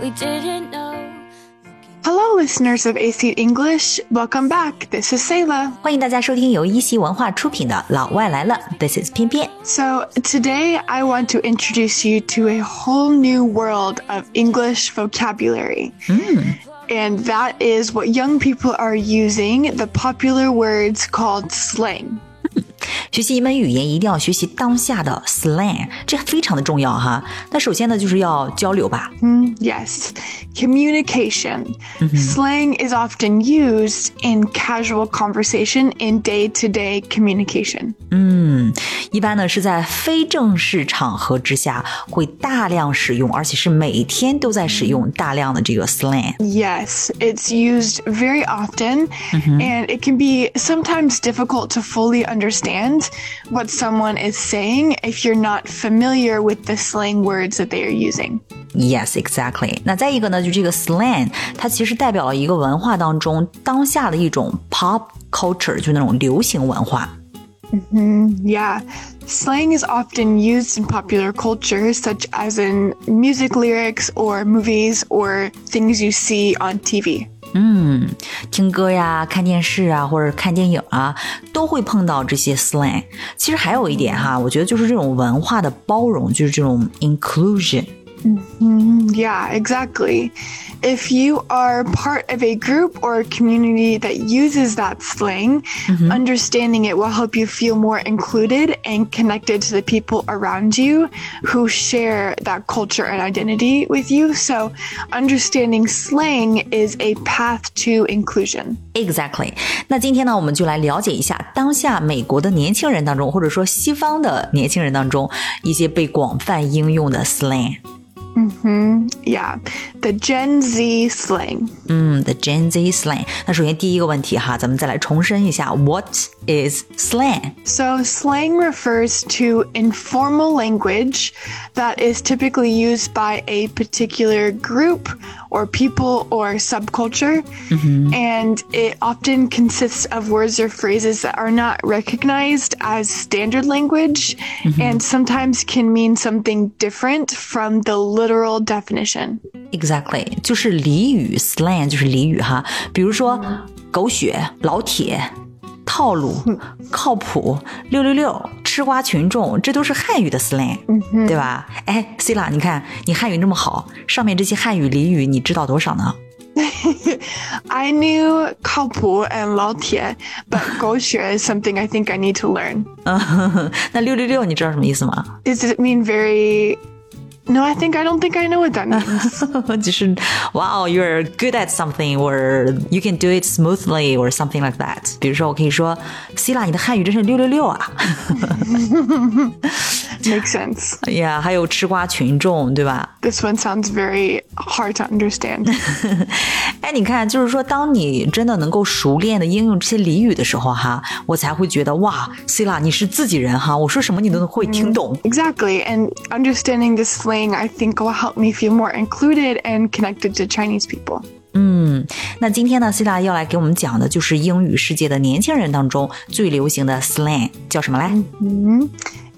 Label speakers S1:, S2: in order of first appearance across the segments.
S1: we didn't know.
S2: Hello, listeners of AC English. Welcome back. This is Sayla.
S3: 欢迎大家收听由一席文化出品的《老外来了》，This is 偏偏。
S2: So, today I want to introduce you to a whole new world of English vocabulary. And that is what young people are using the popular words called slang.
S3: 学习一门语言一定要学习当下的 slang，这非常的重要哈。那首先呢，就是要交流吧。
S2: Mm, yes, communication. Slang is often used in casual conversation in day to day communication.
S3: 嗯，一般呢是在非正式场合之下会大量使用，而且是每天都在使用大量的这个 slang。
S2: Yes, it's used very often, and it can be sometimes difficult to fully understand what someone is saying if you're not familiar with the slang words that they are using.
S3: Yes, exactly。那再一个呢，就这个 slang，它其实代表了一个文化当中当下的一种 pop culture，就那种流行文化。
S2: Yeah, slang is often used in popular culture, such as in music lyrics or movies or things you see on TV.
S3: 嗯，听歌呀、看电视啊，或者看电影啊，都会碰到这些 slang。其实还有一点哈，我觉得就是这种文化的包容，就是这种 inclusion。
S2: Mm, yeah, exactly. If you are part of a group or a community that uses that slang, understanding it will help you feel more included and connected to the people around you who share that culture and identity with you. So, understanding slang is a path to inclusion.
S3: Exactly。那今天呢，我们就来了解一下当下美国的年轻人当中，或者说西方的年轻人当中，一些被广泛应用的 slang。
S2: hmm Yeah, the Gen Z slang.
S3: 嗯，the Gen Z slang。那首先第一个问题哈，咱们再来重申一下，What is slang？
S2: So, slang refers to informal language that is typically used by a particular group or people or subculture. And it often consists of words or phrases that are not recognized as standard language and sometimes can mean something different from the literal definition.
S3: Exactly，就是俚语 slang，就是俚语哈。比如说，狗血、老铁、套路、靠谱、六六六、吃瓜群众，这都是汉语的 slang，、对吧？哎，C 啦，你看你汉语那么好，上面这些汉语俚语你知道多少呢？
S2: I knew 靠谱 and 老铁, but 狗血 is something I think I need to learn.
S3: 嗯，那六六六你知道什么意思吗？
S2: Does it mean very. No, I think I don't think I know what that means.
S3: 就是 Wow，you're good at something，or you can do it smoothly，or something like that。比如说，我可以说 C 啦，你的汉语真是六六六啊！
S2: Makes sense.
S3: 哎呀，还有吃瓜群众，对吧？
S2: This one sounds very hard to understand.
S3: 哎，你看，就是说，当你真的能够熟练的应用这些俚语的时候，哈，我才会觉得哇，C 啦，你是自己人哈，我说什么你都能会听懂。
S2: exactly. And understanding the slang, I think, will help me feel more included and connected to Chinese people.
S3: 嗯，那今天呢，C 啦要来给我们讲的就是英语世界的年轻人当中最流行的 slang 叫什么来？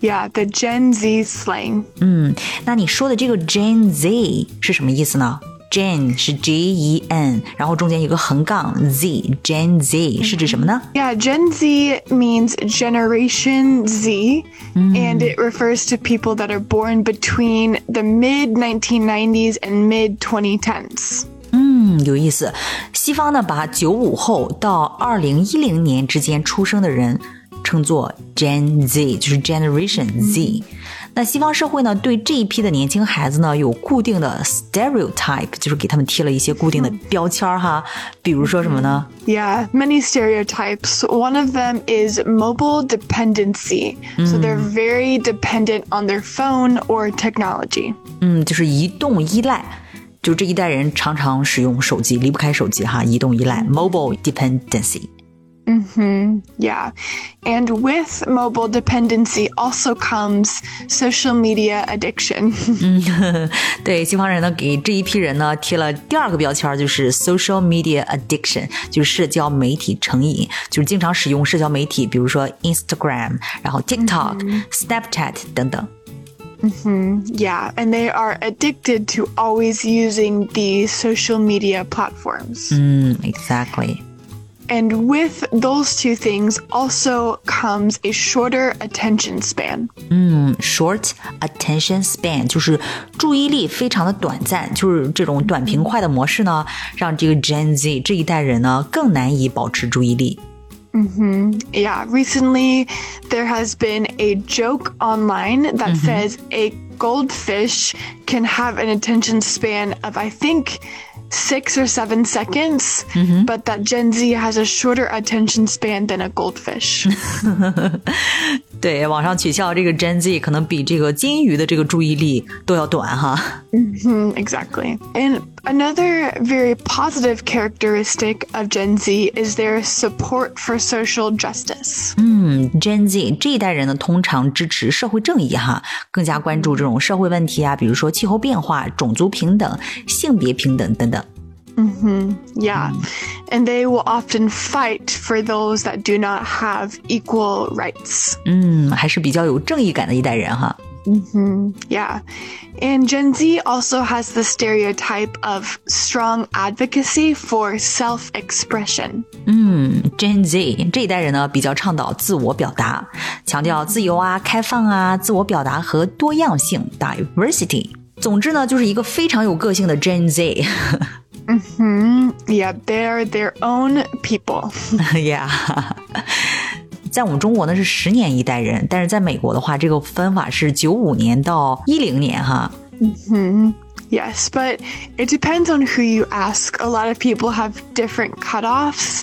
S2: Yeah, the Gen Z slang.
S3: 嗯，那你说的这个 Gen Z 是什么意思呢？Gen 是 G E N，然后中间有个横杠 Z，Gen Z 是指什么呢？
S2: Yeah, Gen Z means Generation Z, and it refers to people that are born between the mid 1990s and mid 2010s.
S3: 嗯，有意思。西方呢，把九五后到二零一零年之间出生的人称作 Gen Z，就是 Generation Z。那西方社会呢，对这一批的年轻孩子呢，有固定的 stereotype，就是给他们贴了一些固定的标签儿哈。比如说什么呢？
S2: Yeah, many stereotypes. One of them is mobile dependency. So they're very dependent on their phone or technology.
S3: 嗯，就是移动依赖。就这一代人常常使用手机，离不开手机哈，移动依赖 （mobile dependency）。
S2: Yeah. And with mobile dependency also comes social media addiction.
S3: 对，西方人呢给这一批人呢贴了第二个标签儿，就是 social media addiction，就是社交媒体成瘾，就是经常使用嗯社交媒体，比如说 Instagram，然后 TikTok、Snapchat 等等。
S2: hmm Yeah, and they are addicted to always using the social media platforms.
S3: 嗯，exactly。
S2: And with those two things also comes a shorter attention span.
S3: 嗯，short attention span 就是注意力非常的短暂，就是这种短平快的模式呢，让这个 Gen Z 这一代人呢更难以保持注意力。
S2: Yeah, recently there has been a joke online that says a goldfish can have an attention span of, I think, six or seven seconds, but that Gen Z has a shorter attention span than a goldfish.
S3: 对，网上取笑这个 Gen Z 可能比这个金鱼的这个注意力都要短哈。
S2: Mm, exactly. And another very positive characteristic of Gen Z is their support for social justice.
S3: 嗯，Gen Z 这一代人呢，通常支持社会正义哈，更加关注这种社会问题啊，比如说气候变化、种族平等、性别平等等等。
S2: Yeah. And they will often fight for those that do not have equal rights.
S3: 嗯，还是比较有正义感的一代人哈。
S2: Yeah. And Gen Z also has the stereotype of strong advocacy for self expression.
S3: 嗯，Gen Z 这一代人呢，比较倡导自我表达，强调自由啊、开放啊、自我表达和多样性 （diversity）。总之呢，就是一个非常有个性的 Gen Z。
S2: Yeah, they are their own people.
S3: yeah，在我们中国呢是十年一代人，但是在美国的话，这个分法是九五年到一零年哈。
S2: Yes, but it depends on who you ask. A lot of people have different cutoffs,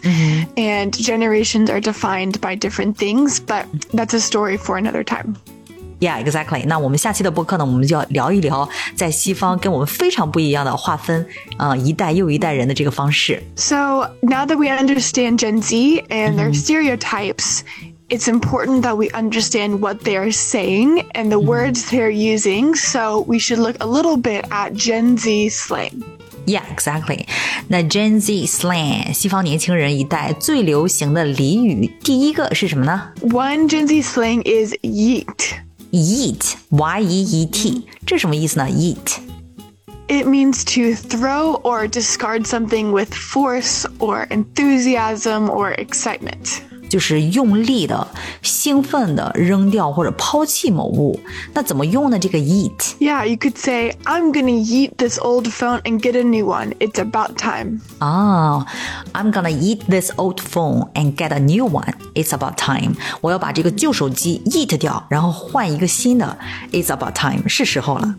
S2: and generations are defined by different things, but that's a story for another time.
S3: Yeah, exactly。那我们下期的播客呢，我们就要聊一聊在西方跟我们非常不一样的划分，啊、一代又一代人的这个方式。
S2: So now that we understand Gen Z and their stereotypes, it's important that we understand what they are saying and the words they're using. So we should look a little bit at Gen Z slang.
S3: Yeah, exactly。那 Gen Z slang，西方年轻人一代最流行的俚语，第一个是什么呢
S2: One Gen Z slang is yeet.
S3: ？Eat, y e e t，这什么意思呢？Eat。
S2: It means to throw or discard something with force or enthusiasm or excitement.
S3: 就是用力的、兴奋的扔掉或者抛弃某物。那怎么用呢？这个 eat
S2: Yeah, you could say, I'm gonna yeet this old phone and get a new one. It's about time.
S3: 啊、i m gonna eat this old phone and get a new one. It's about time. 我要把这个旧手机 eat 掉，然后换一个新的。It's about time. 是时候了。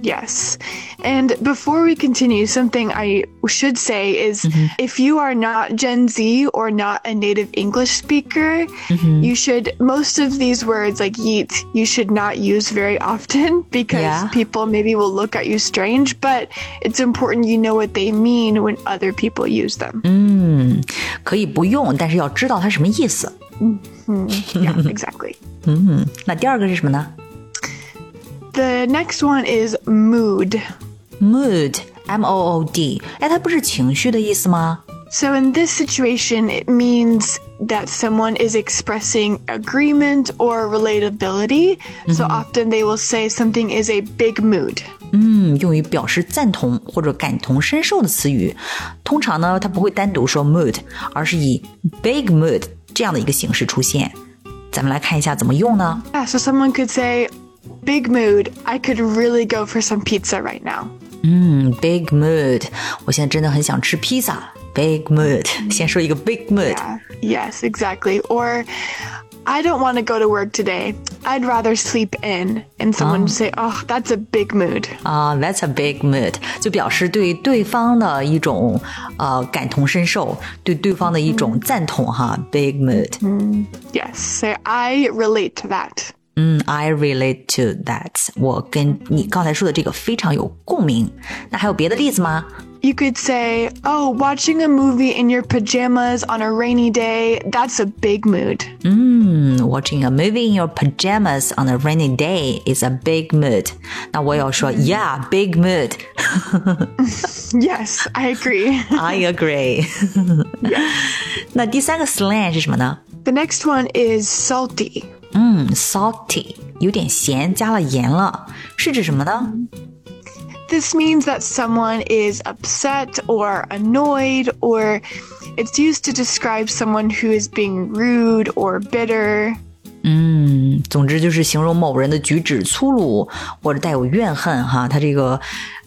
S2: Yes. And before we continue, something I should say is if you are not Gen Z or not a native English speaker, you should, most of these words like yeet, you should not use very often because
S3: Yeah.
S2: people maybe will look at you strange, but it's important you know what they mean when other people use them.
S3: Mm. 嗯，可以不用，但是要知道它什么意思。
S2: Yeah, exactly.
S3: 嗯，那第二个是什么呢
S2: The next one is mood.
S3: ？Mood, M O O D。哎，它不是情绪的意思吗？
S2: So, in this situation, it means that someone is expressing agreement or relatability. So, often they will say something is a big mood.
S3: 嗯，用于表示赞同或者感同身受的词语，通常呢，它不会单独说 mood，而是以 big mood 这样的一个形式出现。咱们来看一下怎么用呢？
S2: Yeah, so someone could say, Big mood, I could really go for some pizza right now.
S3: 嗯，big mood，我现在真的很想吃披萨。Big mood，先说一个 big mood。
S2: Yeah, yes, exactly. Or, I don't want to go to work today. I'd rather sleep in. And someone say, Oh, that's a big mood.
S3: 啊、t h a t s a big mood，就表示对对方的一种呃感同身受，对对方的一种赞同哈，big mood。
S2: Yes, say, I relate to that.
S3: 嗯，I relate to that，我跟你刚才说的这个非常有共鸣。那还有别的例子吗？
S2: You could say, oh, watching a movie in your pajamas on a rainy day, that's a big mood.
S3: 嗯，watching a movie in your pajamas on a rainy day is a big mood。那我也要说，Yeah，big mood。
S2: Yes, I agree.
S3: I agree 。那第三个 slang 是什么呢？
S2: the next one is salty.
S3: 嗯，salty 有点咸，加了盐了，是指什么呢？
S2: This means that someone is upset or annoyed, or it's used to describe someone who is being rude or bitter.
S3: 嗯，总之就是形容某人的举止粗鲁或者带有怨恨哈，他这个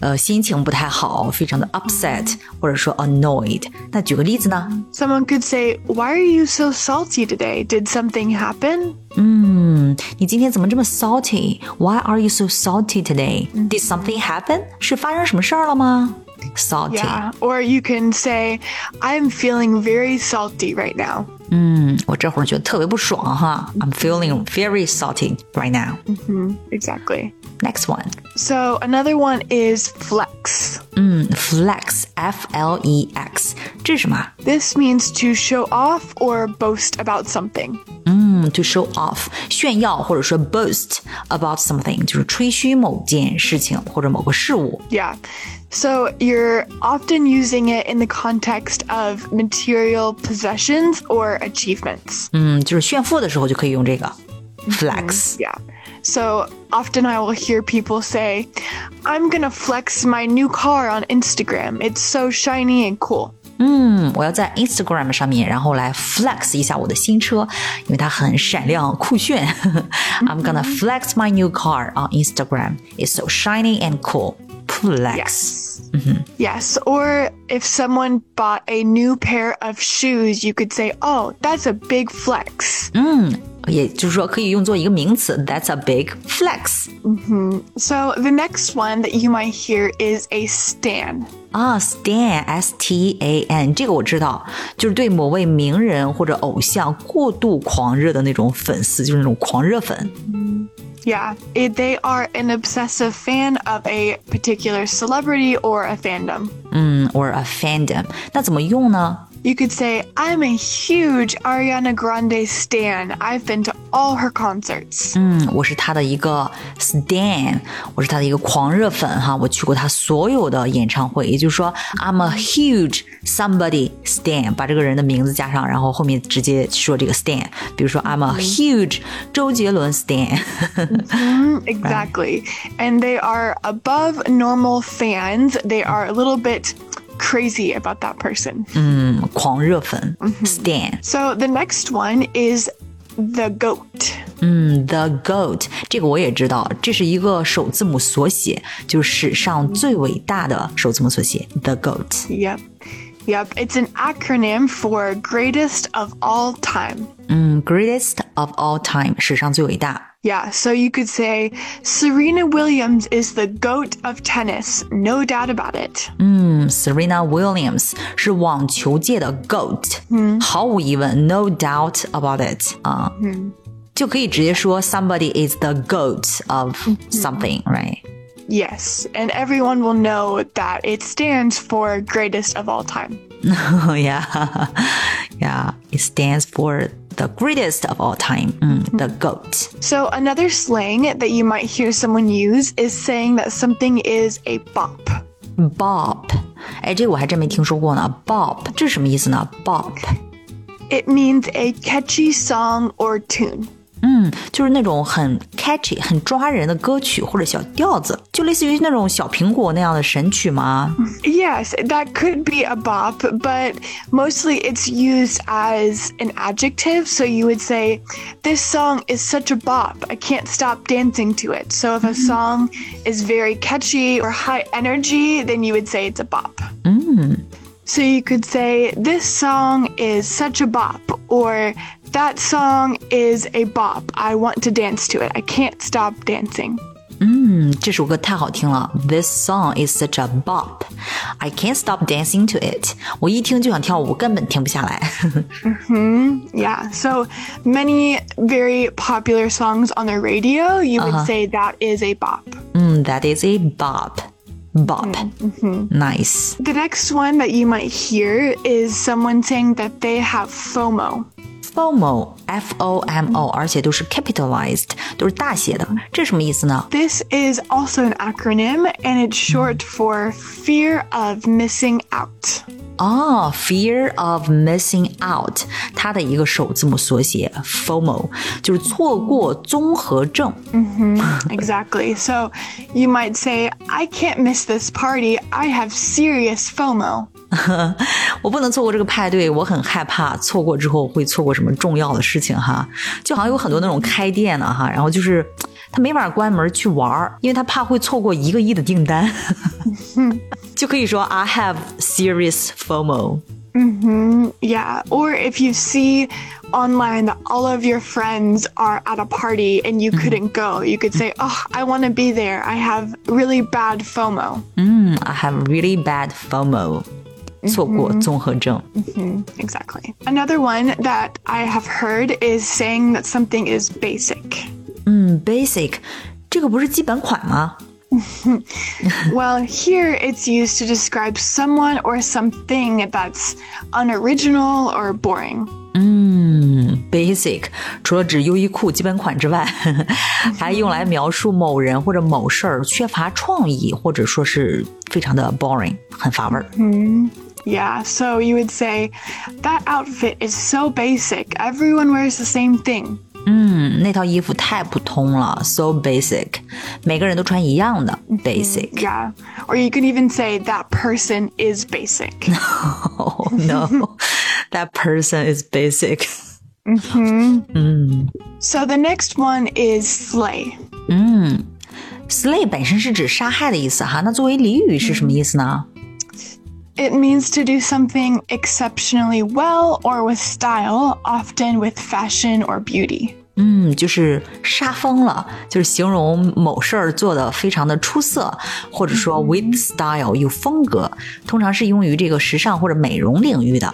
S3: 呃心情不太好，非常的 upset 或者说 annoyed。那举个例子呢？
S2: Someone could say, Why are you so salty today? Did something happen?
S3: 嗯，你今天怎么这么 salty？Why are you so salty today? Did something happen？是发生什么事儿了吗？Salty，、
S2: Yeah. Or you can say, I'm feeling very salty right now.
S3: 嗯，我这会儿觉得特别不爽哈。I'm feeling very salty right now.
S2: Exactly.
S3: Next one，
S2: So another one is flex.
S3: 嗯，flex，f l e x，这是什么啊？
S2: This means to show off or boast about something.
S3: 嗯，to show off，炫耀或者说 boast about something，就是吹嘘某件事情或者某个事物。
S2: Yeah. So you're often using it in the context of material possessions or achievements.
S3: 嗯，就是炫富的时候就可以用这个 flex。
S2: Yeah. So often I will hear people say, I'm going to flex my new car on Instagram. It's so shiny and cool.
S3: 嗯，我要在 Instagram 上面，然后来 flex 一下我的新车，因为它很闪亮酷炫。I'm gonna flex my new car on Instagram. It's so shiny and cool. Flex.
S2: Yes. Or if someone bought a new pair of shoes, you could say, Oh, that's a big flex.
S3: 也就是说，可以用作一个名词，That's a big flex。
S2: So the next one that you might hear is a stan.
S3: 啊，stan s t a n，这个我知道，就是对某位名人或者偶像过度狂热的那种粉丝，就是那种狂热粉。
S2: Yeah, it, they are an obsessive fan of a particular celebrity or a fandom.
S3: 嗯，or a fandom，那怎么用呢？
S2: You could say, I'm a huge Ariana Grande stan. I've been to all her concerts.
S3: 嗯，我是他的一个 stan，我是他的一个狂热粉哈，我去过他所有的演唱会，也就是说，I'm a huge somebody stan，把这个人的名字加上，然后后面直接说这个 stan，比如说 I'm a huge 周杰伦 stan。
S2: Exactly. And they are above normal fans. They are a little bit crazy about that person.
S3: 狂热粉 Stan，
S2: So the next one is the goat.
S3: 嗯，The Goat，这个我也知道，这是一个首字母缩写，就是史上最伟大的首字母缩写 The Goat。
S2: Yep. Yep. It's an acronym for greatest of all time.
S3: 嗯，Greatest of all time，史上最伟大。
S2: Yeah, so you could say Serena Williams is the goat of tennis, no doubt about it.
S3: 嗯，Serena Williams 是网球界的 Goat，嗯，毫无疑问，No doubt about it 啊，嗯，就可以直接说 Somebody is the Goat of something，right？
S2: Yes, and everyone will know that it stands for greatest of all time.
S3: yeah, yeah. It stands for the greatest of all time, mm, the goat.
S2: So another slang that you might hear someone use is saying that something is a bop.
S3: Bob. 哎，这个我还真没听说过呢。Bob，这是什么意思呢？Bob，
S2: It means a catchy song or tune.
S3: 嗯，就是那种很 catchy、很抓人的歌曲或者小调子，就类似于那种小苹果那样的神曲吗？
S2: Yes, that could be a bop, but mostly it's used as an adjective. So you would say, This song is such a bop, I can't stop dancing to it. So if a song is very catchy or high energy, then you would say it's a bop. So you could say, This song is such a bop, or That song is a bop, I want to dance to it, I can't stop dancing.
S3: 嗯，这首歌太好听了。This song is such a bop, I can't stop dancing to it。我一听就想跳舞，根本停不下来。
S2: Yeah, so many very popular songs on the radio, you would say that is a bop.
S3: Mm, that is a bop. Bop. Nice.
S2: The next one that you might hear is someone saying that they have FOMO.
S3: FOMO, F O M O，而且都是 capitalized，都是大写的，这什么意思呢？
S2: This is also an acronym and it's short for fear of missing out.
S3: 啊、哦，fear of missing out，它的一个首字母缩写 FOMO，就是错过综合症。
S2: Exactly. So you might say, I can't miss this party. I have serious FOMO.
S3: 我不能错过这个派对，我很害怕错过之后会错过什么重要的事情哈。就好像有很多那种开店的哈，然后就是他没法关门去玩儿，因为他怕会错过一个亿的订单，就可以说 I have serious FOMO。
S2: Yeah. Or if you see online that all of your friends are at a party and you couldn't go, you could say, Oh, I want to be there. I have really bad FOMO.
S3: 嗯，I have really bad FOMO，错过综合症。
S2: Exactly. Another one that I have heard is saying that something is basic.
S3: 嗯，basic，这个不是基本款吗？
S2: Well, here it's used to describe someone or something that's unoriginal or boring.
S3: 嗯，basic，除了指优衣库基本款之外， 还用来描述某人或者某事儿缺乏创意，或者说是非常的 boring，很乏味儿。
S2: Yeah, so you would say, that outfit is so basic. Everyone wears the same thing.
S3: 嗯，那套衣服太普通了，so basic，每个人都穿一样的 basic。
S2: Yeah. Or you can even say, that person is basic.
S3: Oh no，that person is basic。
S2: so the next one is slay.
S3: slay 本身是指杀害的意思哈，那作为俚语是什么意思呢？
S2: It means to do something exceptionally well or with style, often with fashion or beauty.
S3: 嗯，就是杀疯了，就是形容某事儿做得非常的出色，或者说 with style 有风格，通常是用于这个时尚或者美容领域的。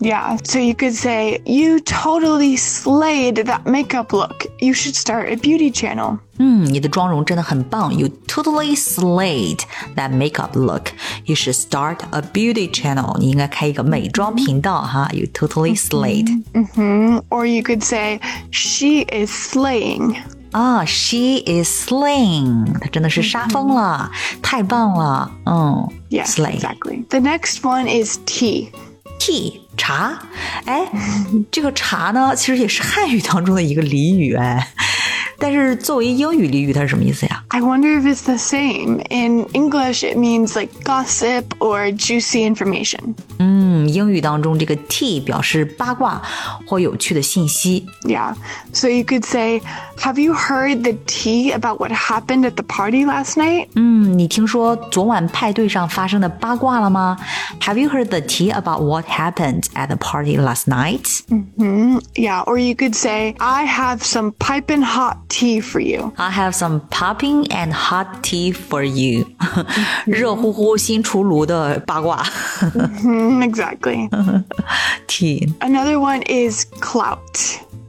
S2: Yeah, so you could say, You totally slayed that makeup look. You should start a beauty channel.
S3: 嗯，你的妆容真的很棒，You totally slayed that makeup look. You should start a beauty channel. 你应该开一个美妆频道哈。You totally slayed.
S2: Or you could say, She is slaying.
S3: 啊、s h e is slaying. 她真的是杀疯了，太棒了。嗯
S2: Yes,
S3: slay.
S2: exactly. The next one is tea.
S3: tea 茶，哎， 这个茶呢，其实也是汉语当中的一个俚语，哎，但是作为英语俚语，它是什么意思呀？
S2: I wonder if it's the same. In English, it means like gossip or juicy information.
S3: 嗯，英语当中这个 tea 表示八卦或有趣的信息。
S2: Yeah. So you could say, Have you heard the tea about what happened at the party last night?
S3: 嗯，你听说昨晚派对上发生的八卦了吗？Have you heard the tea about what happened at the party last night？
S2: Yeah. Or you could say, I have some piping hot tea for you.
S3: I have some popping and hot tea for you，热乎乎新出炉的八卦
S2: Mm, exactly.
S3: tea
S2: Another one is clout.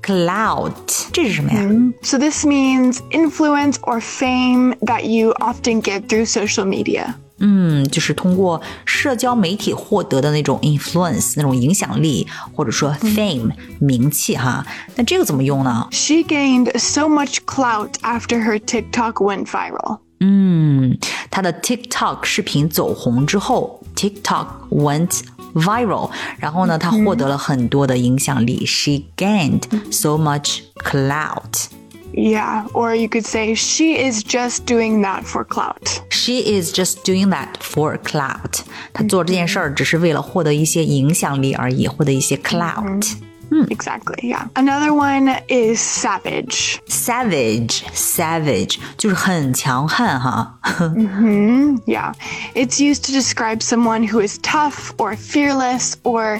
S3: cloud，这是什么呀？
S2: So this means influence or fame that you often get through social media.
S3: 嗯，就是通过社交媒体获得的那种 influence，那种影响力，或者说 fame、名气哈。那这个怎么用呢？
S2: She gained so much clout after her TikTok went viral.
S3: 嗯，她的 TikTok 视频走红之后，TikTok went viral，然后呢，她获得了很多的影响力。She gained so much clout.
S2: Yeah. Or you could say, She is just doing that for clout.
S3: She is just doing that for clout. 她做这件事儿只是为了获得一些影响力而已，获得一些 clout.
S2: Exactly, yeah. Another one is savage.
S3: Savage, savage 就是很强悍哈。
S2: Yeah. It's used to describe someone who is tough or fearless or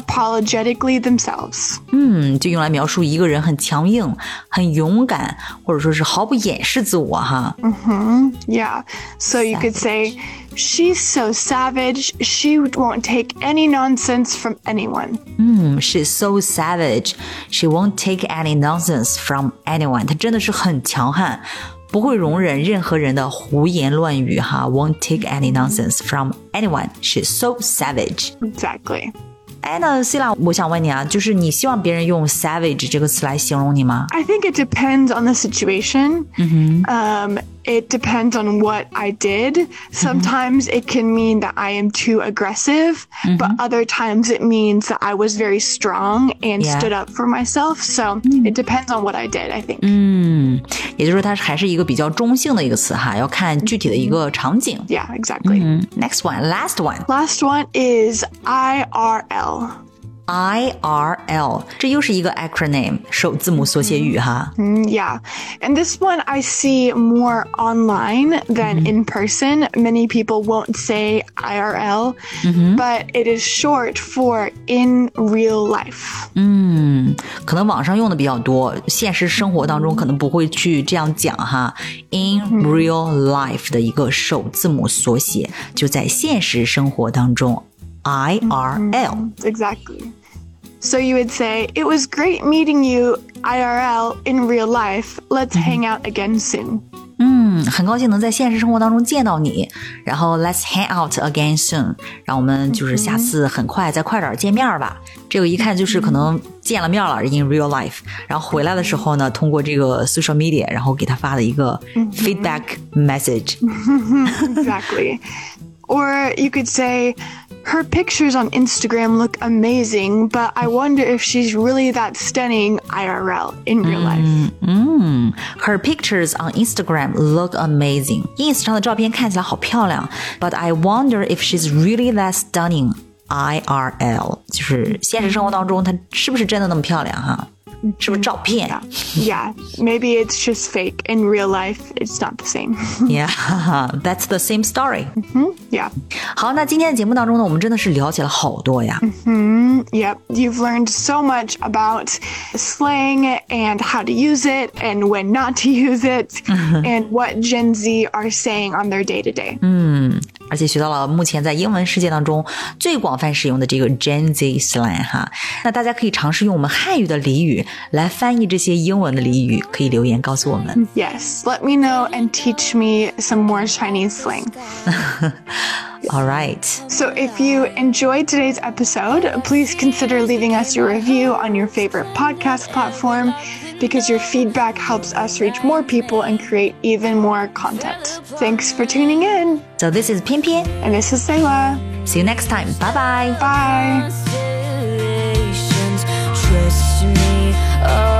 S2: unapologetically themselves.
S3: 嗯，就用来描述一个人很强硬、很勇敢，或者说是毫不掩饰自我哈。
S2: Yeah. So you could say, She's so savage, she won't take any nonsense from anyone.
S3: 嗯，She's so savage, she won't take any nonsense from anyone。她真的是很强悍，不会容忍任何人的胡言乱语哈。Won't take any nonsense from anyone. She's so savage.
S2: Exactly.
S3: 哎，那 c i l a 我想问你啊，就是你希望别人用 savage 这个词来形容你吗？
S2: I think it depends on the situation. Um, it depends on what I did. Sometimes it can mean that I am too aggressive, but other times it means that I was very strong and
S3: Yeah.
S2: stood up for myself. So it depends on what I did, I think.
S3: 嗯，也就是说它还是一个比较中性的一个词哈，要看具体的一个场景。
S2: Yeah, exactly.
S3: 嗯，next one, last one,
S2: Last one is IRL.
S3: I R L，这又是一个 acronym 首字母缩写语哈。
S2: Mm, Yeah. And this one I see more online than in person. Many people won't say IRL, but it is short for in real life.
S3: 嗯，可能网上用的比较多，现实生活当中可能不会去这样讲哈。In real life 的一个首字母缩写，就在现实生活当中，I R L。
S2: Exactly. So you would say, It was great meeting you IRL in real life. Let's hang out again soon.
S3: 嗯，很高兴能在现实生活当中见到你，然后 Let's hang out again soon，让我们就是下次很快再快点儿见面儿吧。这个一看就是可能见了面了，in real life，然后回来的时候呢，通过这个 social media，然后给他发了一个 feedback message。
S2: Exactly. or you could say, Her pictures on Instagram look amazing, but I wonder if she's really that stunning IRL in real life.
S3: 嗯，Her pictures on Instagram look amazing. Ins 上的照片看起来好漂亮，But I wonder if she's really that stunning. IRL 就是现实生活当中她是不是真的那么漂亮哈？是不是照片
S2: Yeah, maybe it's just fake. In real life, it's not the same.
S3: ？Yeah，that's the same story.
S2: yeah.
S3: 好，那今天的节目当中呢，我们真的是了解了好多呀。
S2: Yep, you've learned so much about slang and how to use it and when not to use it and what Gen Z are saying on their day to day.
S3: 而且学到了目前在英文世界当中最广泛使用的这个 Gen Z slang 哈。那大家可以尝试用我们汉语的俚语来翻译这些英文的俚语，可以留言告诉我
S2: 嗯
S3: 们。
S2: Yes, let me know and teach me some more Chinese slang.
S3: All right，
S2: So, if you enjoyed today's episode, please consider leaving us your review on your favorite podcast platform because your feedback helps us reach more people and create even more content. Thanks for tuning in.
S3: so this is 偏偏
S2: And this is Selah.
S3: ，see you next time，拜拜。
S2: Bye.
S1: constellations. Trust me. Oh.